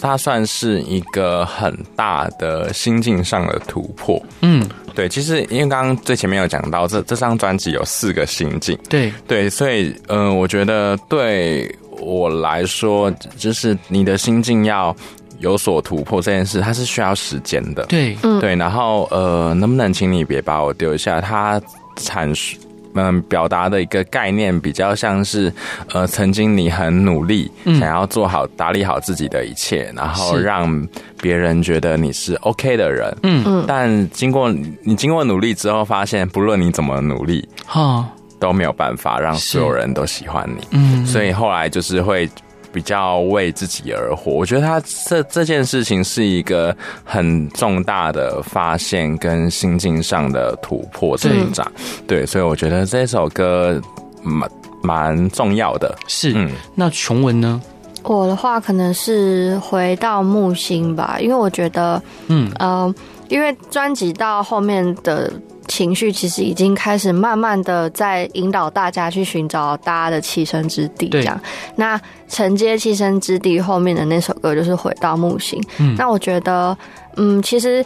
Speaker 3: 它算是一个很大的心境上的突破。
Speaker 1: 嗯，
Speaker 3: 对，其实因为刚刚最前面有讲到，这这张专辑有四个心境，
Speaker 1: 对，
Speaker 3: 对，所以嗯、呃我觉得对我来说，就是你的心境要有所突破这件事，它是需要时间的。
Speaker 1: 对，
Speaker 2: 嗯
Speaker 3: 对，然后呃，能不能请你别把我丢下？他阐述。嗯，表达的一个概念比较像是，呃，曾经你很努力，
Speaker 1: 嗯
Speaker 3: 想要做好、打理好自己的一切，然后
Speaker 1: 是
Speaker 3: 让别人觉得你是 OK 的人。
Speaker 1: 嗯，
Speaker 2: 嗯，
Speaker 3: 但经过你经过努力之后，发现不论你怎么努力，
Speaker 1: 哈，
Speaker 3: 都没有办法让
Speaker 1: 是
Speaker 3: 所有人都喜欢你。
Speaker 1: 嗯，
Speaker 3: 所
Speaker 1: 以
Speaker 3: 以后来就是会比较为自己而活。我觉得他这这件事情是一个很重大的发现跟心境上的突破成长。对，所以我觉得这首歌蛮蛮重要的。
Speaker 1: 是、
Speaker 3: 嗯，
Speaker 1: 那琼文呢？
Speaker 2: 我的话可能是回到木星吧，因为我觉得，
Speaker 1: 嗯，
Speaker 2: 嗯，因为专辑到后面的情绪其实已经开始慢慢的在引导大家去寻找大家的栖身之地，
Speaker 1: 对
Speaker 2: 这样。那承接栖身之地后面的那首歌就是《回到木星》，
Speaker 1: 嗯
Speaker 2: 那我觉得，嗯，其实。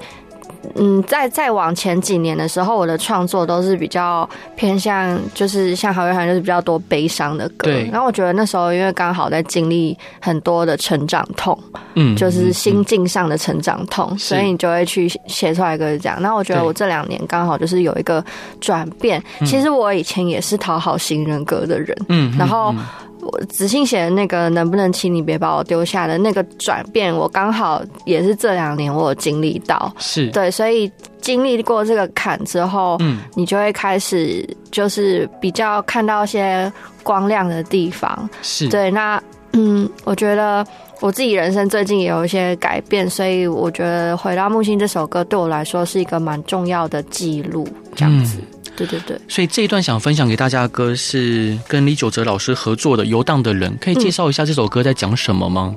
Speaker 2: 嗯，在再往前几年的时候，我的创作都是比较偏向，就是像好乐团就是比较多悲伤的歌
Speaker 1: 对。
Speaker 2: 然后我觉得那时候因为刚好在经历很多的成长痛，
Speaker 1: 嗯，
Speaker 2: 就是心境上的成长痛，
Speaker 1: 是
Speaker 2: 所以你就会去写出来歌这样。那我觉得
Speaker 1: 对
Speaker 2: 我这两年刚好就是有一个转变。其实我以前也是讨好型人格的人，
Speaker 1: 嗯，嗯
Speaker 2: 然后
Speaker 1: 嗯
Speaker 2: 我子信写的那个“能不能请你别把我丢下”的那个转变，我刚好也是这两年我有经历到。
Speaker 1: 是
Speaker 2: 对，所以经历过这个坎之后，
Speaker 1: 嗯，
Speaker 2: 你就会开始就是比较看到一些光亮的地方。
Speaker 1: 是，
Speaker 2: 对，那嗯，我觉得我自己人生最近也有一些改变，所以我觉得《回到木星》这首歌对我来说是一个蛮重要的记录，这样子。
Speaker 1: 嗯
Speaker 2: 对对对，
Speaker 1: 所以这一段想分享给大家的歌是跟李玖哲老师合作的《游荡的人》，可以介绍一下这首歌在讲什么吗？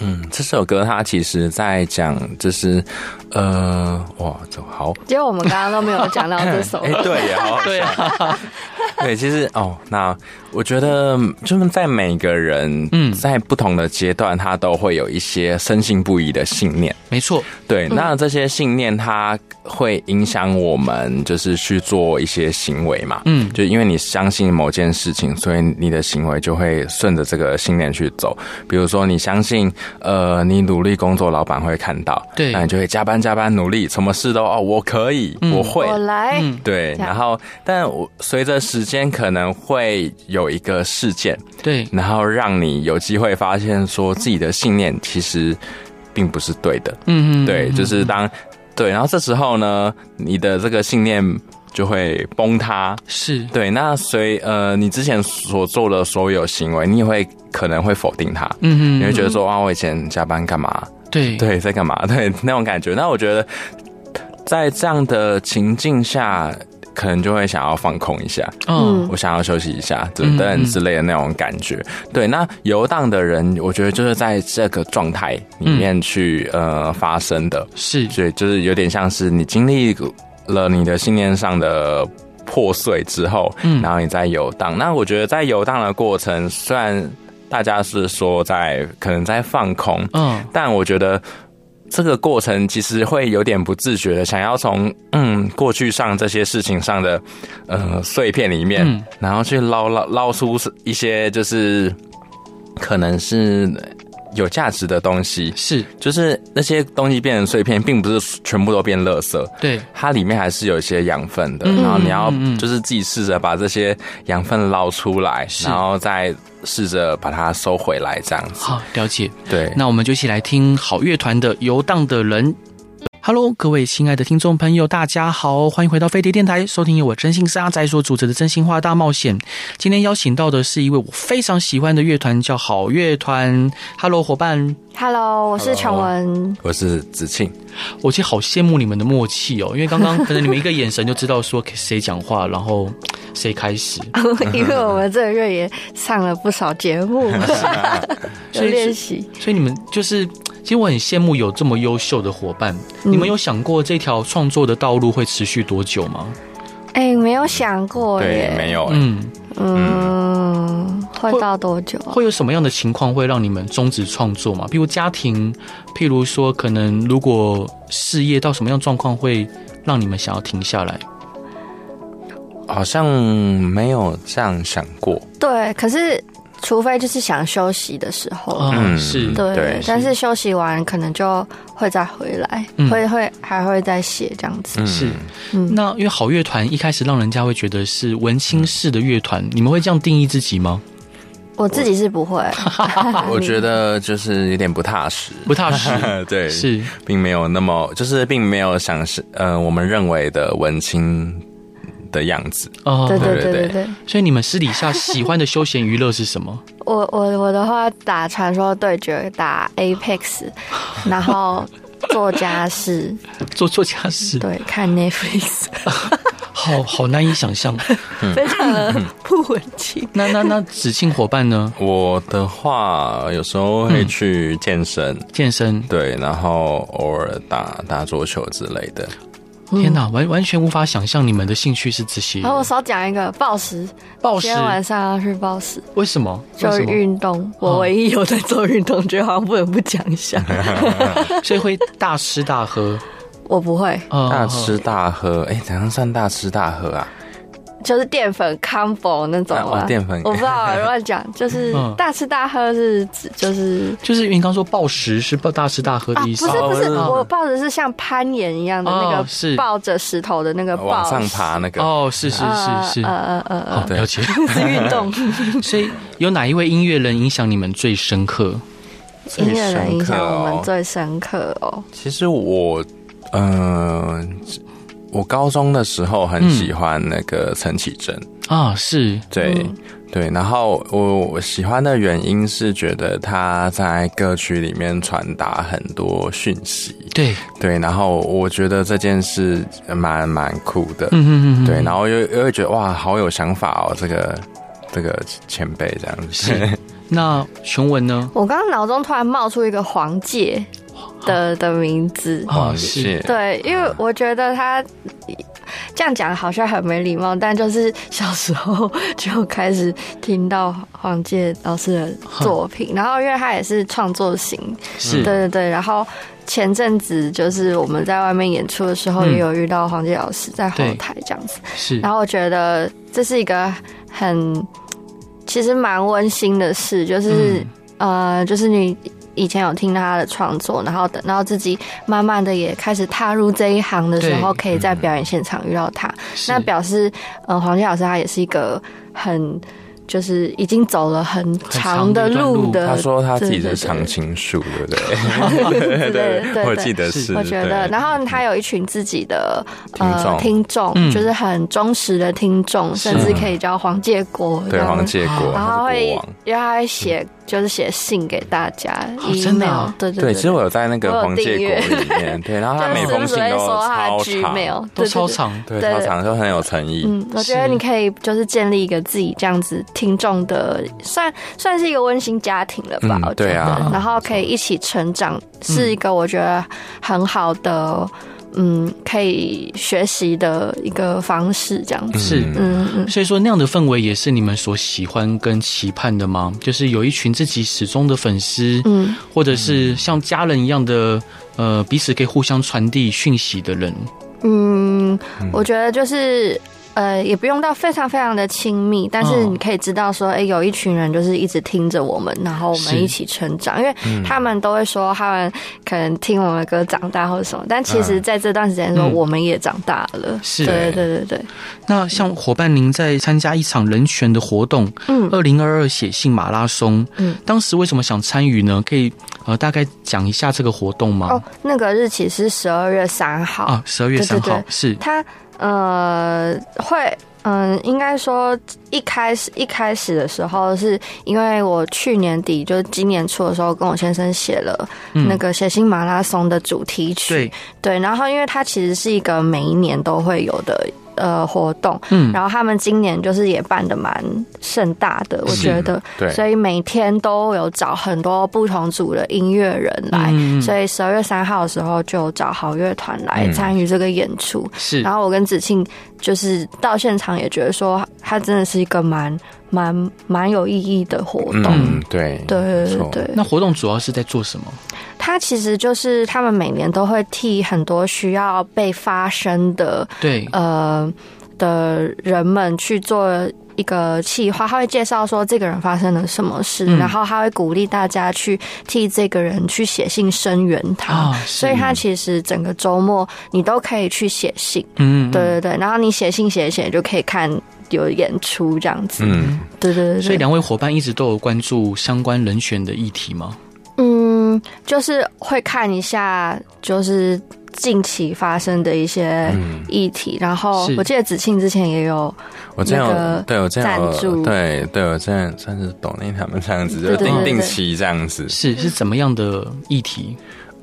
Speaker 3: 嗯，这首歌它其实在讲，就是呃，哇，这好，
Speaker 2: 结果我们刚刚都没有讲到这
Speaker 1: (laughs)
Speaker 2: 首
Speaker 3: 哎、对耶，好好
Speaker 1: 对啊，
Speaker 3: 对，其实哦，那我觉得就是在每个人，
Speaker 1: 嗯
Speaker 3: 嗯，在不同的阶段，他都会有一些深信不疑的信念。
Speaker 1: 没错，
Speaker 3: 对，那这些信念它会影响我们，就是去做一些行为嘛。
Speaker 1: 嗯，
Speaker 3: 就因为你相信某件事情，所以你的行为就会顺着这个信念去走。比如说，你相信，呃，你努力工作，老板会看到，
Speaker 1: 对
Speaker 3: 那你就会加班加班努力，什么事都哦，我可以，我会，
Speaker 2: 我来，
Speaker 1: 嗯
Speaker 3: 对，
Speaker 2: 这样
Speaker 3: 然后但我随着时间可能会有一个事件，
Speaker 1: 对，
Speaker 3: 然后让你有机会发现说自己的信念其实并不是对的。
Speaker 1: 嗯嗯，
Speaker 3: 对，
Speaker 1: 嗯
Speaker 3: 就是当对，然后这时候呢，你的这个信念就会崩塌。
Speaker 1: 是，
Speaker 3: 对，那随呃你之前所做的所有行为，你也会可能会否定它。
Speaker 1: 嗯
Speaker 3: 你会
Speaker 1: 嗯，
Speaker 3: 觉得说啊，我以前加班干嘛？
Speaker 1: 对，
Speaker 3: 对，在干嘛？ (laughs) 对，那种感觉。那我觉得，在这样的情境下，可能就会想要放空一下，
Speaker 1: 嗯，
Speaker 3: 我想要休息一下，
Speaker 1: 嗯
Speaker 3: 等等
Speaker 1: 嗯
Speaker 3: 之类的那种感觉。对，那游荡的人，我觉得就是在这个状态
Speaker 1: 嗯
Speaker 3: 里面去、呃发生的，
Speaker 1: 是，
Speaker 3: 所以就是有点像是你经历了你的信念上的。破碎之后，
Speaker 1: 嗯
Speaker 3: 然后你再游荡。那我觉得在游荡的过程，虽然大家是说在可能在放空，
Speaker 1: 嗯，
Speaker 3: 但我觉得这个过程其实会有点不自觉的，想要从嗯过去上这些事情上的呃碎片里面，
Speaker 1: 嗯
Speaker 3: 然后去捞捞捞出一些就是可能是有价值的东西，
Speaker 1: 是，
Speaker 3: 就是那些东西变成碎片，并不是全部都变垃圾。
Speaker 1: 对，
Speaker 3: 它里面还是有一些养分的，
Speaker 1: 嗯
Speaker 3: 然后你要
Speaker 1: 嗯嗯
Speaker 3: 就是自己试着把这些养分捞出来，
Speaker 1: 是
Speaker 3: 然后再试着把它收回来，这样子。
Speaker 1: 好，了解。
Speaker 3: 对，
Speaker 1: 那我们就一起来听好乐团的《游荡的人》。Hello，各位亲爱的听众朋友，大家好，欢迎回到飞碟电台，收听由我真心是阿仔所主持的《真心话大冒险》。今天邀请到的是一位我非常喜欢的乐团，叫好乐团。Hello，伙伴，
Speaker 2: Hello，我是琼
Speaker 3: (laughs)
Speaker 2: 文。
Speaker 3: 我是子庆。
Speaker 1: 我其实好羡慕你们的默契哦，因为刚刚可能你们一个眼神就知道说 (laughs) 谁讲话，然后谁开始，
Speaker 2: 因为我们这个月也上了不少节目，
Speaker 3: 啊
Speaker 2: (laughs) 有
Speaker 1: 所以
Speaker 2: 练习。
Speaker 1: 所以你们就是，其实我很羡慕有这么优秀的伙伴。
Speaker 2: 嗯
Speaker 1: 你们有想过这条创作的道路会持续多久吗？
Speaker 2: 哎、没有想过
Speaker 3: 对
Speaker 2: 耶，，
Speaker 3: 没有、欸，
Speaker 1: 嗯，
Speaker 2: 嗯，会到多久啊？
Speaker 1: 会有什么样的情况会让你们终止创作吗？譬如家庭，譬如说可能如果事业到什么样的状况会让你们想要停下来？
Speaker 3: 好像没有这样想过。
Speaker 2: 对，可是除非就是想休息的时候，
Speaker 1: 嗯，
Speaker 3: 嗯
Speaker 1: 是，
Speaker 2: 对，
Speaker 3: 对
Speaker 2: 但是休息完可能就会再回来，
Speaker 1: 嗯
Speaker 2: 会会还会再写这样子。
Speaker 3: 嗯
Speaker 1: 是，
Speaker 2: 嗯，
Speaker 1: 那因为好乐团一开始让人家会觉得是文青式的乐团，
Speaker 2: 嗯
Speaker 1: 你们会这样定义自己吗？
Speaker 2: 我自己是不会，
Speaker 3: (laughs) 我觉得就是有点不踏实，
Speaker 1: 不踏实，
Speaker 3: (laughs) 对，
Speaker 1: 是
Speaker 3: 并没有那么，就是并没有想是呃我们认为的文青的样子。
Speaker 1: 哦。
Speaker 2: (laughs) 对对对
Speaker 3: 对
Speaker 2: 对
Speaker 3: 对
Speaker 2: 对。
Speaker 1: 所以你们私底下喜欢的休闲娱乐是什么？
Speaker 2: 我我我的话打传说对决，打 Apex，
Speaker 1: (laughs)
Speaker 2: 然后做家事，
Speaker 1: 做做家事，
Speaker 2: 对，
Speaker 1: (laughs)
Speaker 2: 看 Netflix，
Speaker 1: 好好难以想象。
Speaker 2: (laughs) 非常的不文青。
Speaker 1: 那那那子庆伙伴呢？
Speaker 3: 我的话，有时候会去健身，
Speaker 1: 健身，
Speaker 3: 对，然后偶尔打打桌球之类的。
Speaker 2: 嗯
Speaker 1: 天哪，完完全无法想象你们的兴趣是这些。
Speaker 2: 然后我少讲一个暴食，
Speaker 1: 暴食
Speaker 2: 今天晚上要去暴食，
Speaker 1: 为什么？
Speaker 2: 就
Speaker 1: 为
Speaker 2: 是
Speaker 1: 什么
Speaker 2: 运动。
Speaker 1: 哦
Speaker 2: 我唯一有在做运动，觉得好像不得不讲一下。
Speaker 1: 所以会大吃大
Speaker 2: (laughs)
Speaker 1: 喝，
Speaker 2: 我不会，
Speaker 1: 呃
Speaker 3: 大吃大喝，哎、怎样算大吃大喝啊？
Speaker 2: 就是淀粉 combo 那种
Speaker 3: 啊
Speaker 2: 啊
Speaker 3: 哦，淀粉
Speaker 2: 我不知道啊乱讲，就
Speaker 1: (laughs)
Speaker 2: 是
Speaker 1: 嗯
Speaker 2: 大吃大喝是指就是。
Speaker 1: 就是因为你刚说暴食是暴大吃大喝
Speaker 2: 啊，
Speaker 1: 的
Speaker 2: 不
Speaker 1: 意
Speaker 2: 是
Speaker 1: 思，
Speaker 2: 不是，
Speaker 1: 哦
Speaker 2: 我抱着是像攀岩一样的那
Speaker 1: 哦是
Speaker 2: 个抱着石头的那个抱
Speaker 3: 往上爬那个，
Speaker 1: 哦，是是是是，
Speaker 2: 呃呃
Speaker 1: 好
Speaker 2: 呃
Speaker 3: 对
Speaker 1: 了解。
Speaker 2: 呃， (laughs) 是运动，
Speaker 1: 所以有哪一位音乐人影响你们最深刻？
Speaker 3: 最
Speaker 2: 音乐人影
Speaker 3: 深刻
Speaker 2: 响我
Speaker 3: 哦
Speaker 2: 们最深刻哦。
Speaker 3: 其实我，嗯、我高中的时候很喜欢那个陈绮贞，
Speaker 1: 啊，是
Speaker 3: 对、
Speaker 2: 嗯
Speaker 3: 对，然后我我喜欢的原因是觉得她在歌曲里面传达很多讯息，
Speaker 1: 对，
Speaker 3: 对，然后我觉得这件事蛮蛮酷的，
Speaker 1: 嗯嗯嗯，
Speaker 3: 对，然后又又会觉得哇，好有想法哦，这个这个前辈这样
Speaker 1: 是
Speaker 3: 子，
Speaker 1: 那雄文呢？
Speaker 2: 我刚刚脑中突然冒出一个黄姐
Speaker 1: 哦
Speaker 2: 的的名字，
Speaker 3: (laughs)
Speaker 1: 啊，
Speaker 3: 谢
Speaker 1: 是，
Speaker 2: 对，因为我觉得他这样讲好像很没礼貌，但就是小时候就开始听到黄玠老师的作
Speaker 1: (laughs)
Speaker 2: 品，然后因为他也是创作型，
Speaker 1: 是
Speaker 2: 对对对，然后前阵子就是我们在外面演出的时候
Speaker 1: 嗯
Speaker 2: 也有遇到黄玠老师在后
Speaker 1: 对
Speaker 2: 台这样子，
Speaker 1: 是
Speaker 2: 然，后我觉得这是一个很其实蛮温馨的事，就是、
Speaker 3: 嗯
Speaker 2: 呃，就是你以前有听他的创作，然后等到自己慢慢的也开始踏入这一行的时候，
Speaker 1: 对
Speaker 2: 可以
Speaker 3: 嗯
Speaker 2: 在表演现场遇到他，
Speaker 1: 是
Speaker 2: 那表示呃，黄健老师他也是一个很就是已经走了很长的路的，
Speaker 3: 他说他自己
Speaker 2: 对对
Speaker 3: 是
Speaker 2: 对
Speaker 3: 常青树，对不对？
Speaker 2: 对对对
Speaker 3: (laughs) 我记得
Speaker 1: 是
Speaker 3: 是，
Speaker 2: 我觉得，
Speaker 3: 对
Speaker 2: 然后他有一群自己的呃
Speaker 3: 听众
Speaker 2: 听众，
Speaker 1: 嗯
Speaker 2: 就是很忠实的听众，
Speaker 1: 是
Speaker 2: 甚至可以叫黄建国，
Speaker 3: 对
Speaker 2: 然后
Speaker 3: 黄结果，
Speaker 2: 然后
Speaker 3: 他是
Speaker 2: 啊会
Speaker 3: 国王。，
Speaker 2: 因为他会写，就是写信给大家
Speaker 1: 哦真的
Speaker 2: ，email，
Speaker 1: 啊
Speaker 2: 对
Speaker 3: 对，
Speaker 2: 对
Speaker 3: 其实
Speaker 2: 对，
Speaker 3: 我有在那个
Speaker 2: 我有
Speaker 3: 黄结
Speaker 2: 订
Speaker 3: 果
Speaker 2: 阅
Speaker 3: 里面，对，然后他
Speaker 2: 就
Speaker 3: 每
Speaker 2: 是时
Speaker 3: 封
Speaker 2: 不
Speaker 3: 信
Speaker 2: 时会
Speaker 3: 都
Speaker 2: 说他
Speaker 3: 超
Speaker 2: Gmail，
Speaker 3: 长，
Speaker 1: 都超。
Speaker 2: 对对对
Speaker 1: 长，
Speaker 3: 对，
Speaker 2: 对
Speaker 3: 超长就很有诚意，
Speaker 2: 嗯，我觉得
Speaker 1: 是
Speaker 2: 你可以就是建立一个自己这样子听众的，算算是一个温馨家庭了吧？
Speaker 3: 嗯
Speaker 2: 我觉得
Speaker 3: 对啊
Speaker 2: 然后可以一起成长，是一个我觉得很好的，嗯，可以学习的一个方式，这样子。
Speaker 1: 是
Speaker 3: 嗯
Speaker 2: 嗯嗯，
Speaker 1: 所以说那样的氛围也是你们所喜欢跟期盼的吗？就是有一群自己始终的粉丝，
Speaker 2: 嗯，
Speaker 1: 或者是像家人一样的，呃，彼此可以互相传递讯息的人。
Speaker 2: 嗯，我觉得就是。呃，也不用到非常非常的亲密，但是
Speaker 1: 嗯
Speaker 2: 你可以知道说，哎、有一群人就是一直听着我们，然后我
Speaker 1: 是
Speaker 2: 们一起成长，因为
Speaker 1: 嗯
Speaker 2: 他们都会说他们可能听我们的歌长大或者什么，但其实在这段时间说，
Speaker 1: 嗯
Speaker 2: 我们也长大了。
Speaker 1: 是
Speaker 2: 对对对对，
Speaker 1: 那像伙伴您在参加一场人权的活动，
Speaker 2: 嗯
Speaker 1: 二零二二写信马拉松，
Speaker 2: 嗯，
Speaker 1: 当时为什么想参与呢？可以呃大概讲一下这个活动吗？
Speaker 2: 哦，那个日期是十二月三号，
Speaker 1: 啊，十二月
Speaker 2: 对对
Speaker 1: 三
Speaker 2: 对
Speaker 1: 号是
Speaker 2: 他呃会。嗯，应该说一开始一开始的时候，是因为我去年底就是今年初的时候，跟我先生写了
Speaker 1: 嗯
Speaker 2: 那个写信马拉松的主题曲。
Speaker 1: 对，
Speaker 2: 对，然后因为它其实是一个每一年都会有的呃活动，
Speaker 1: 嗯，
Speaker 2: 然后他们今年就是也办的蛮盛大的，我
Speaker 1: 是
Speaker 2: 觉得，
Speaker 3: 对，
Speaker 2: 所以每天都有找很多不同组的音乐人来。
Speaker 1: 嗯
Speaker 2: 所以十二月三号的时候，就找好乐团来
Speaker 3: 嗯
Speaker 2: 参与这个演出。
Speaker 1: 是
Speaker 2: 然后我跟子庆就是到现场也觉得说，它真的是一个蛮蛮蛮有意义的活动。
Speaker 3: 嗯，对，
Speaker 2: 对
Speaker 3: 没
Speaker 2: 对
Speaker 3: 错
Speaker 2: 对，对
Speaker 1: 那活动主要是在做什么？
Speaker 2: 它其实就是他们每年都会替很多需要被发声的
Speaker 1: 对，
Speaker 2: 呃的人们去做一个企划，他会介绍说这个人发生了什么事，
Speaker 1: 嗯
Speaker 2: 然后他会鼓励大家去替这个人去写信声援他。
Speaker 1: 啊，
Speaker 2: 所以
Speaker 1: 是
Speaker 2: 他其实整个周末你都可以去写信，
Speaker 1: 嗯，嗯
Speaker 2: 对，对对，然后你写信写一写就可以看有演出这样子，
Speaker 3: 嗯，
Speaker 2: 对对对
Speaker 1: 所以
Speaker 2: 对，
Speaker 1: 两位伙伴一直都有关注相关人权的议题吗？
Speaker 2: 嗯，就是会看一下就是近期发生的一些议题，然
Speaker 1: 嗯
Speaker 2: 后
Speaker 1: 是
Speaker 2: 我记得子庆之前也有
Speaker 3: 我这样有、
Speaker 2: 那个
Speaker 3: 对我这样
Speaker 2: 赞助
Speaker 3: 有对对我这样算是懂那他们这样子，就
Speaker 2: 对对
Speaker 3: 定
Speaker 2: 对
Speaker 3: 定
Speaker 2: 对
Speaker 3: 期这样子。
Speaker 1: 是是怎么样的议题？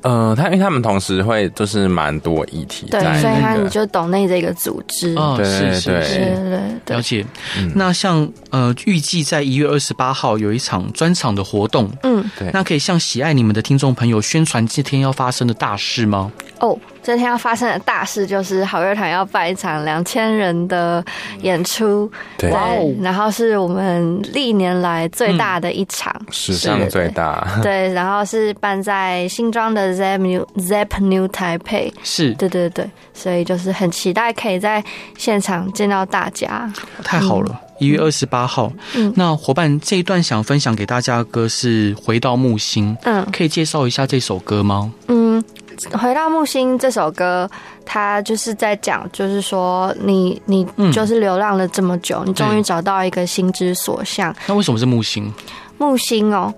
Speaker 3: 呃，他因为他们同时会就是蛮多议题
Speaker 2: 对，
Speaker 3: 在
Speaker 2: 所以他
Speaker 3: 那
Speaker 2: 你
Speaker 3: 个，
Speaker 2: 就懂内这个组织。
Speaker 1: 哦，
Speaker 3: 对
Speaker 1: 是是
Speaker 3: 对嗯
Speaker 2: 对对
Speaker 1: 是，
Speaker 2: 对
Speaker 1: 了
Speaker 2: 对，
Speaker 1: 解。那像呃，预计在一月二十八号有一场专场的活动，
Speaker 2: 嗯，
Speaker 3: 对
Speaker 1: 那可以向喜爱你们的听众朋友宣传这天要发生的大事吗？
Speaker 2: 哦，这天要发生的大事就是好乐团要办一场两千人的演出，
Speaker 3: 对
Speaker 1: 哇哦嗯
Speaker 2: 然后是我们历年来最大的一场，
Speaker 3: 史上最大，
Speaker 2: 对，然后是办在新庄的 Zep New Zep New Taipei，
Speaker 1: 是，
Speaker 2: 对对对，所以就是很期待可以在现场见到大家。
Speaker 1: 太好了。一月二十八号，
Speaker 2: 嗯
Speaker 1: 那伙伴这一段想分享给大家的歌是《回到木星》，
Speaker 2: 嗯
Speaker 1: 可以介绍一下这首歌吗？
Speaker 2: 嗯，回到木星这首歌，它就是在讲，就是说你你
Speaker 1: 嗯
Speaker 2: 就是流浪了这么久，你终于
Speaker 1: 对
Speaker 2: 找到一个心之所向。
Speaker 1: 那为什么是木星？
Speaker 2: 木星哦，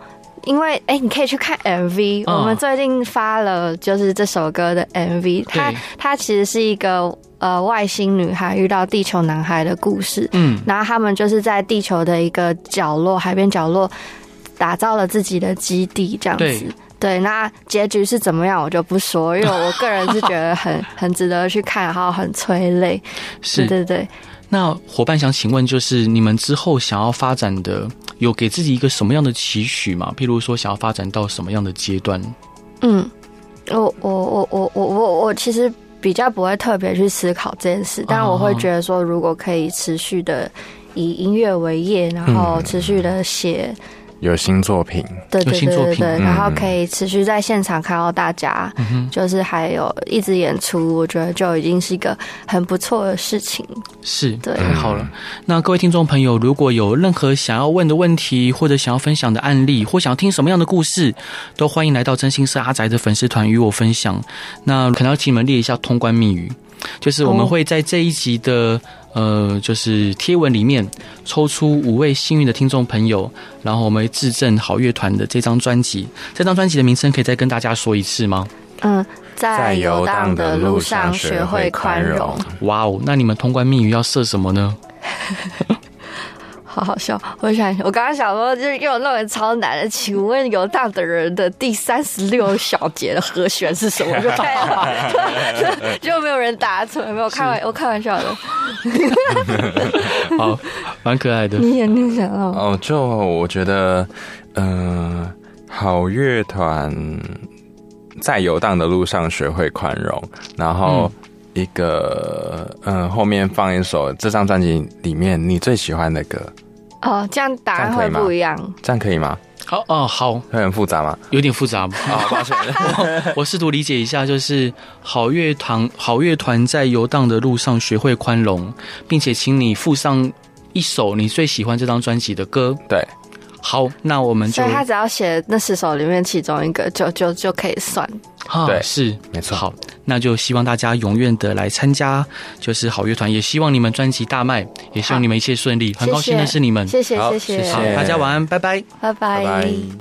Speaker 2: 因为哎、你可以去看 MV，、
Speaker 1: 嗯
Speaker 2: 我们最近发了就是这首歌的 MV，它
Speaker 1: 对
Speaker 2: 它其实是一个呃外星女孩遇到地球男孩的故事，
Speaker 1: 嗯，
Speaker 2: 然后他们就是在地球的一个角落，海边角落打造了自己的基地，这样子
Speaker 1: 对。
Speaker 2: 对，那结局是怎么样，我就不说，因为我个人是觉得很 (laughs) 很值得去看，然后很催泪。对
Speaker 1: 是。
Speaker 2: 对对，
Speaker 1: 那伙伴想请问，就是你们之后想要发展的，有给自己一个什么样的期许吗？譬如说，想要发展到什么样的阶段？
Speaker 2: 嗯，我我我我我我我其实比较不会特别去思考这件事，但我会觉得说，如果可以持续的以音乐为业，然后持续的写，
Speaker 3: 有新作品，
Speaker 2: 对
Speaker 1: 有
Speaker 2: 对
Speaker 1: 新
Speaker 2: 对
Speaker 1: 作
Speaker 2: 对
Speaker 1: 品
Speaker 2: 对，
Speaker 3: 嗯
Speaker 2: 然后可以持续在现场看到大家，
Speaker 1: 嗯哼，
Speaker 2: 就是还有一直演出，我觉得就已经是一个很不错的事情。
Speaker 1: 是，
Speaker 2: 对
Speaker 1: 太好了。那各位听众朋友，如果有任何想要问的问题，或者想要分享的案例，或想要听什么样的故事，都欢迎来到真心是阿宅的粉丝团与我分享。那可能要请你们列一下通关密语，就是我们
Speaker 2: 哦
Speaker 1: 会在这一集的。呃，就是贴文里面抽出五位幸运的听众朋友，然后我们会致赠好乐团的这张专辑。这张专辑的名称可以再跟大家说一次吗？
Speaker 2: 嗯，
Speaker 3: 在
Speaker 2: 在
Speaker 3: 游
Speaker 2: 游
Speaker 3: 荡
Speaker 2: 荡
Speaker 3: 的
Speaker 2: 的
Speaker 3: 路
Speaker 2: 路
Speaker 3: 上
Speaker 2: 上
Speaker 3: 学
Speaker 2: 学
Speaker 3: 会
Speaker 2: 会
Speaker 3: 宽
Speaker 2: 宽
Speaker 3: 容
Speaker 2: 容，。
Speaker 1: 哇哦，那你们通关密语要设什么
Speaker 2: (laughs)
Speaker 1: 呢？
Speaker 2: 好好笑！我想，我刚刚想说，就是又弄个超难的，请问游荡的人的第三十六小节的和弦是什么？就开玩就 (laughs) 没有人答出来，没有开玩，我开玩笑的。
Speaker 1: 好，哦蛮可爱的。
Speaker 2: 你也没有想到，
Speaker 3: 哦，就我觉得，嗯、好乐团在游荡的路上学会宽容，然后一个嗯、呃后面放一首这张专辑里面你最喜欢的歌，
Speaker 2: 哦，这样答案
Speaker 3: 这样可以
Speaker 2: 会
Speaker 3: 吗
Speaker 2: 不一样。
Speaker 3: 这样可以吗？
Speaker 1: 好哦，好，
Speaker 3: 会很复杂吗？
Speaker 1: 有点复
Speaker 3: (laughs)
Speaker 1: 杂。
Speaker 3: 啊、抱歉，
Speaker 1: 我试图理解一下，就是好乐团，好乐团在游荡的路上学会宽容，并且请你附上一首你最喜欢这张专辑的歌。
Speaker 3: 对，
Speaker 1: 好，那我们就
Speaker 2: 所以他只要写那十首里面其中一个，就就就可以算。
Speaker 1: 啊
Speaker 3: 对
Speaker 1: 是
Speaker 3: 没错
Speaker 1: 好，那就希望大家踊跃的来参加，就是好乐团，也希望你们专辑大卖，也希望你们一切顺利。很高兴认识你们，
Speaker 2: 谢谢
Speaker 3: 好
Speaker 2: 谢
Speaker 3: 谢
Speaker 2: 谢，
Speaker 3: 谢
Speaker 1: 好，大家晚安，拜拜。
Speaker 2: 拜拜
Speaker 3: 拜拜。